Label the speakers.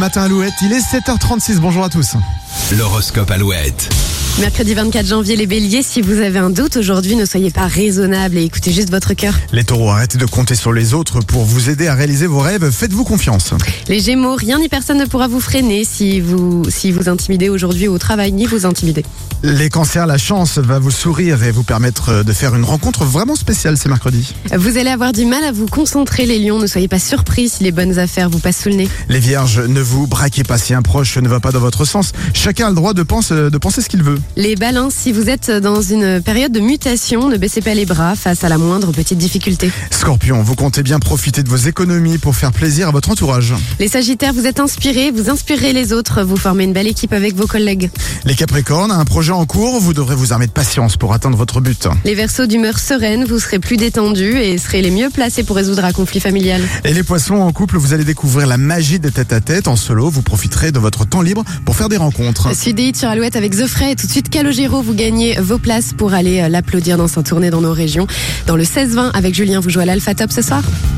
Speaker 1: Matin Alouette, il est 7h36, bonjour à tous.
Speaker 2: L'horoscope Alouette.
Speaker 3: Mercredi 24 janvier, les béliers, si vous avez un doute aujourd'hui, ne soyez pas raisonnable et écoutez juste votre cœur.
Speaker 1: Les taureaux, arrêtez de compter sur les autres pour vous aider à réaliser vos rêves, faites-vous confiance.
Speaker 3: Les gémeaux, rien ni personne ne pourra vous freiner si vous, si vous intimidez aujourd'hui au travail ni vous intimidez.
Speaker 1: Les cancers, la chance va vous sourire et vous permettre de faire une rencontre vraiment spéciale ce mercredi.
Speaker 3: Vous allez avoir du mal à vous concentrer, les lions, ne soyez pas surpris si les bonnes affaires vous passent sous le nez.
Speaker 1: Les vierges, ne vous braquez pas si un proche ne va pas dans votre sens. Chacun a le droit de penser, de penser ce qu'il veut.
Speaker 3: Les balances, si vous êtes dans une période de mutation, ne baissez pas les bras face à la moindre petite difficulté.
Speaker 1: Scorpion, vous comptez bien profiter de vos économies pour faire plaisir à votre entourage.
Speaker 3: Les sagittaires, vous êtes inspirés, vous inspirez les autres, vous formez une belle équipe avec vos collègues.
Speaker 1: Les capricornes, un projet en cours, vous devrez vous armer de patience pour atteindre votre but.
Speaker 3: Les versos d'humeur sereine, vous serez plus détendus et serez les mieux placés pour résoudre un conflit familial.
Speaker 1: Et les poissons, en couple, vous allez découvrir la magie des tête-à-tête. En solo, vous profiterez de votre temps libre pour faire des rencontres.
Speaker 3: Suite des hits sur Alouette avec Zofray et tout de suite Calogero, vous gagnez vos places pour aller euh, l'applaudir dans sa tournée dans nos régions. Dans le 16-20 avec Julien, vous jouez à l'Alpha Top ce soir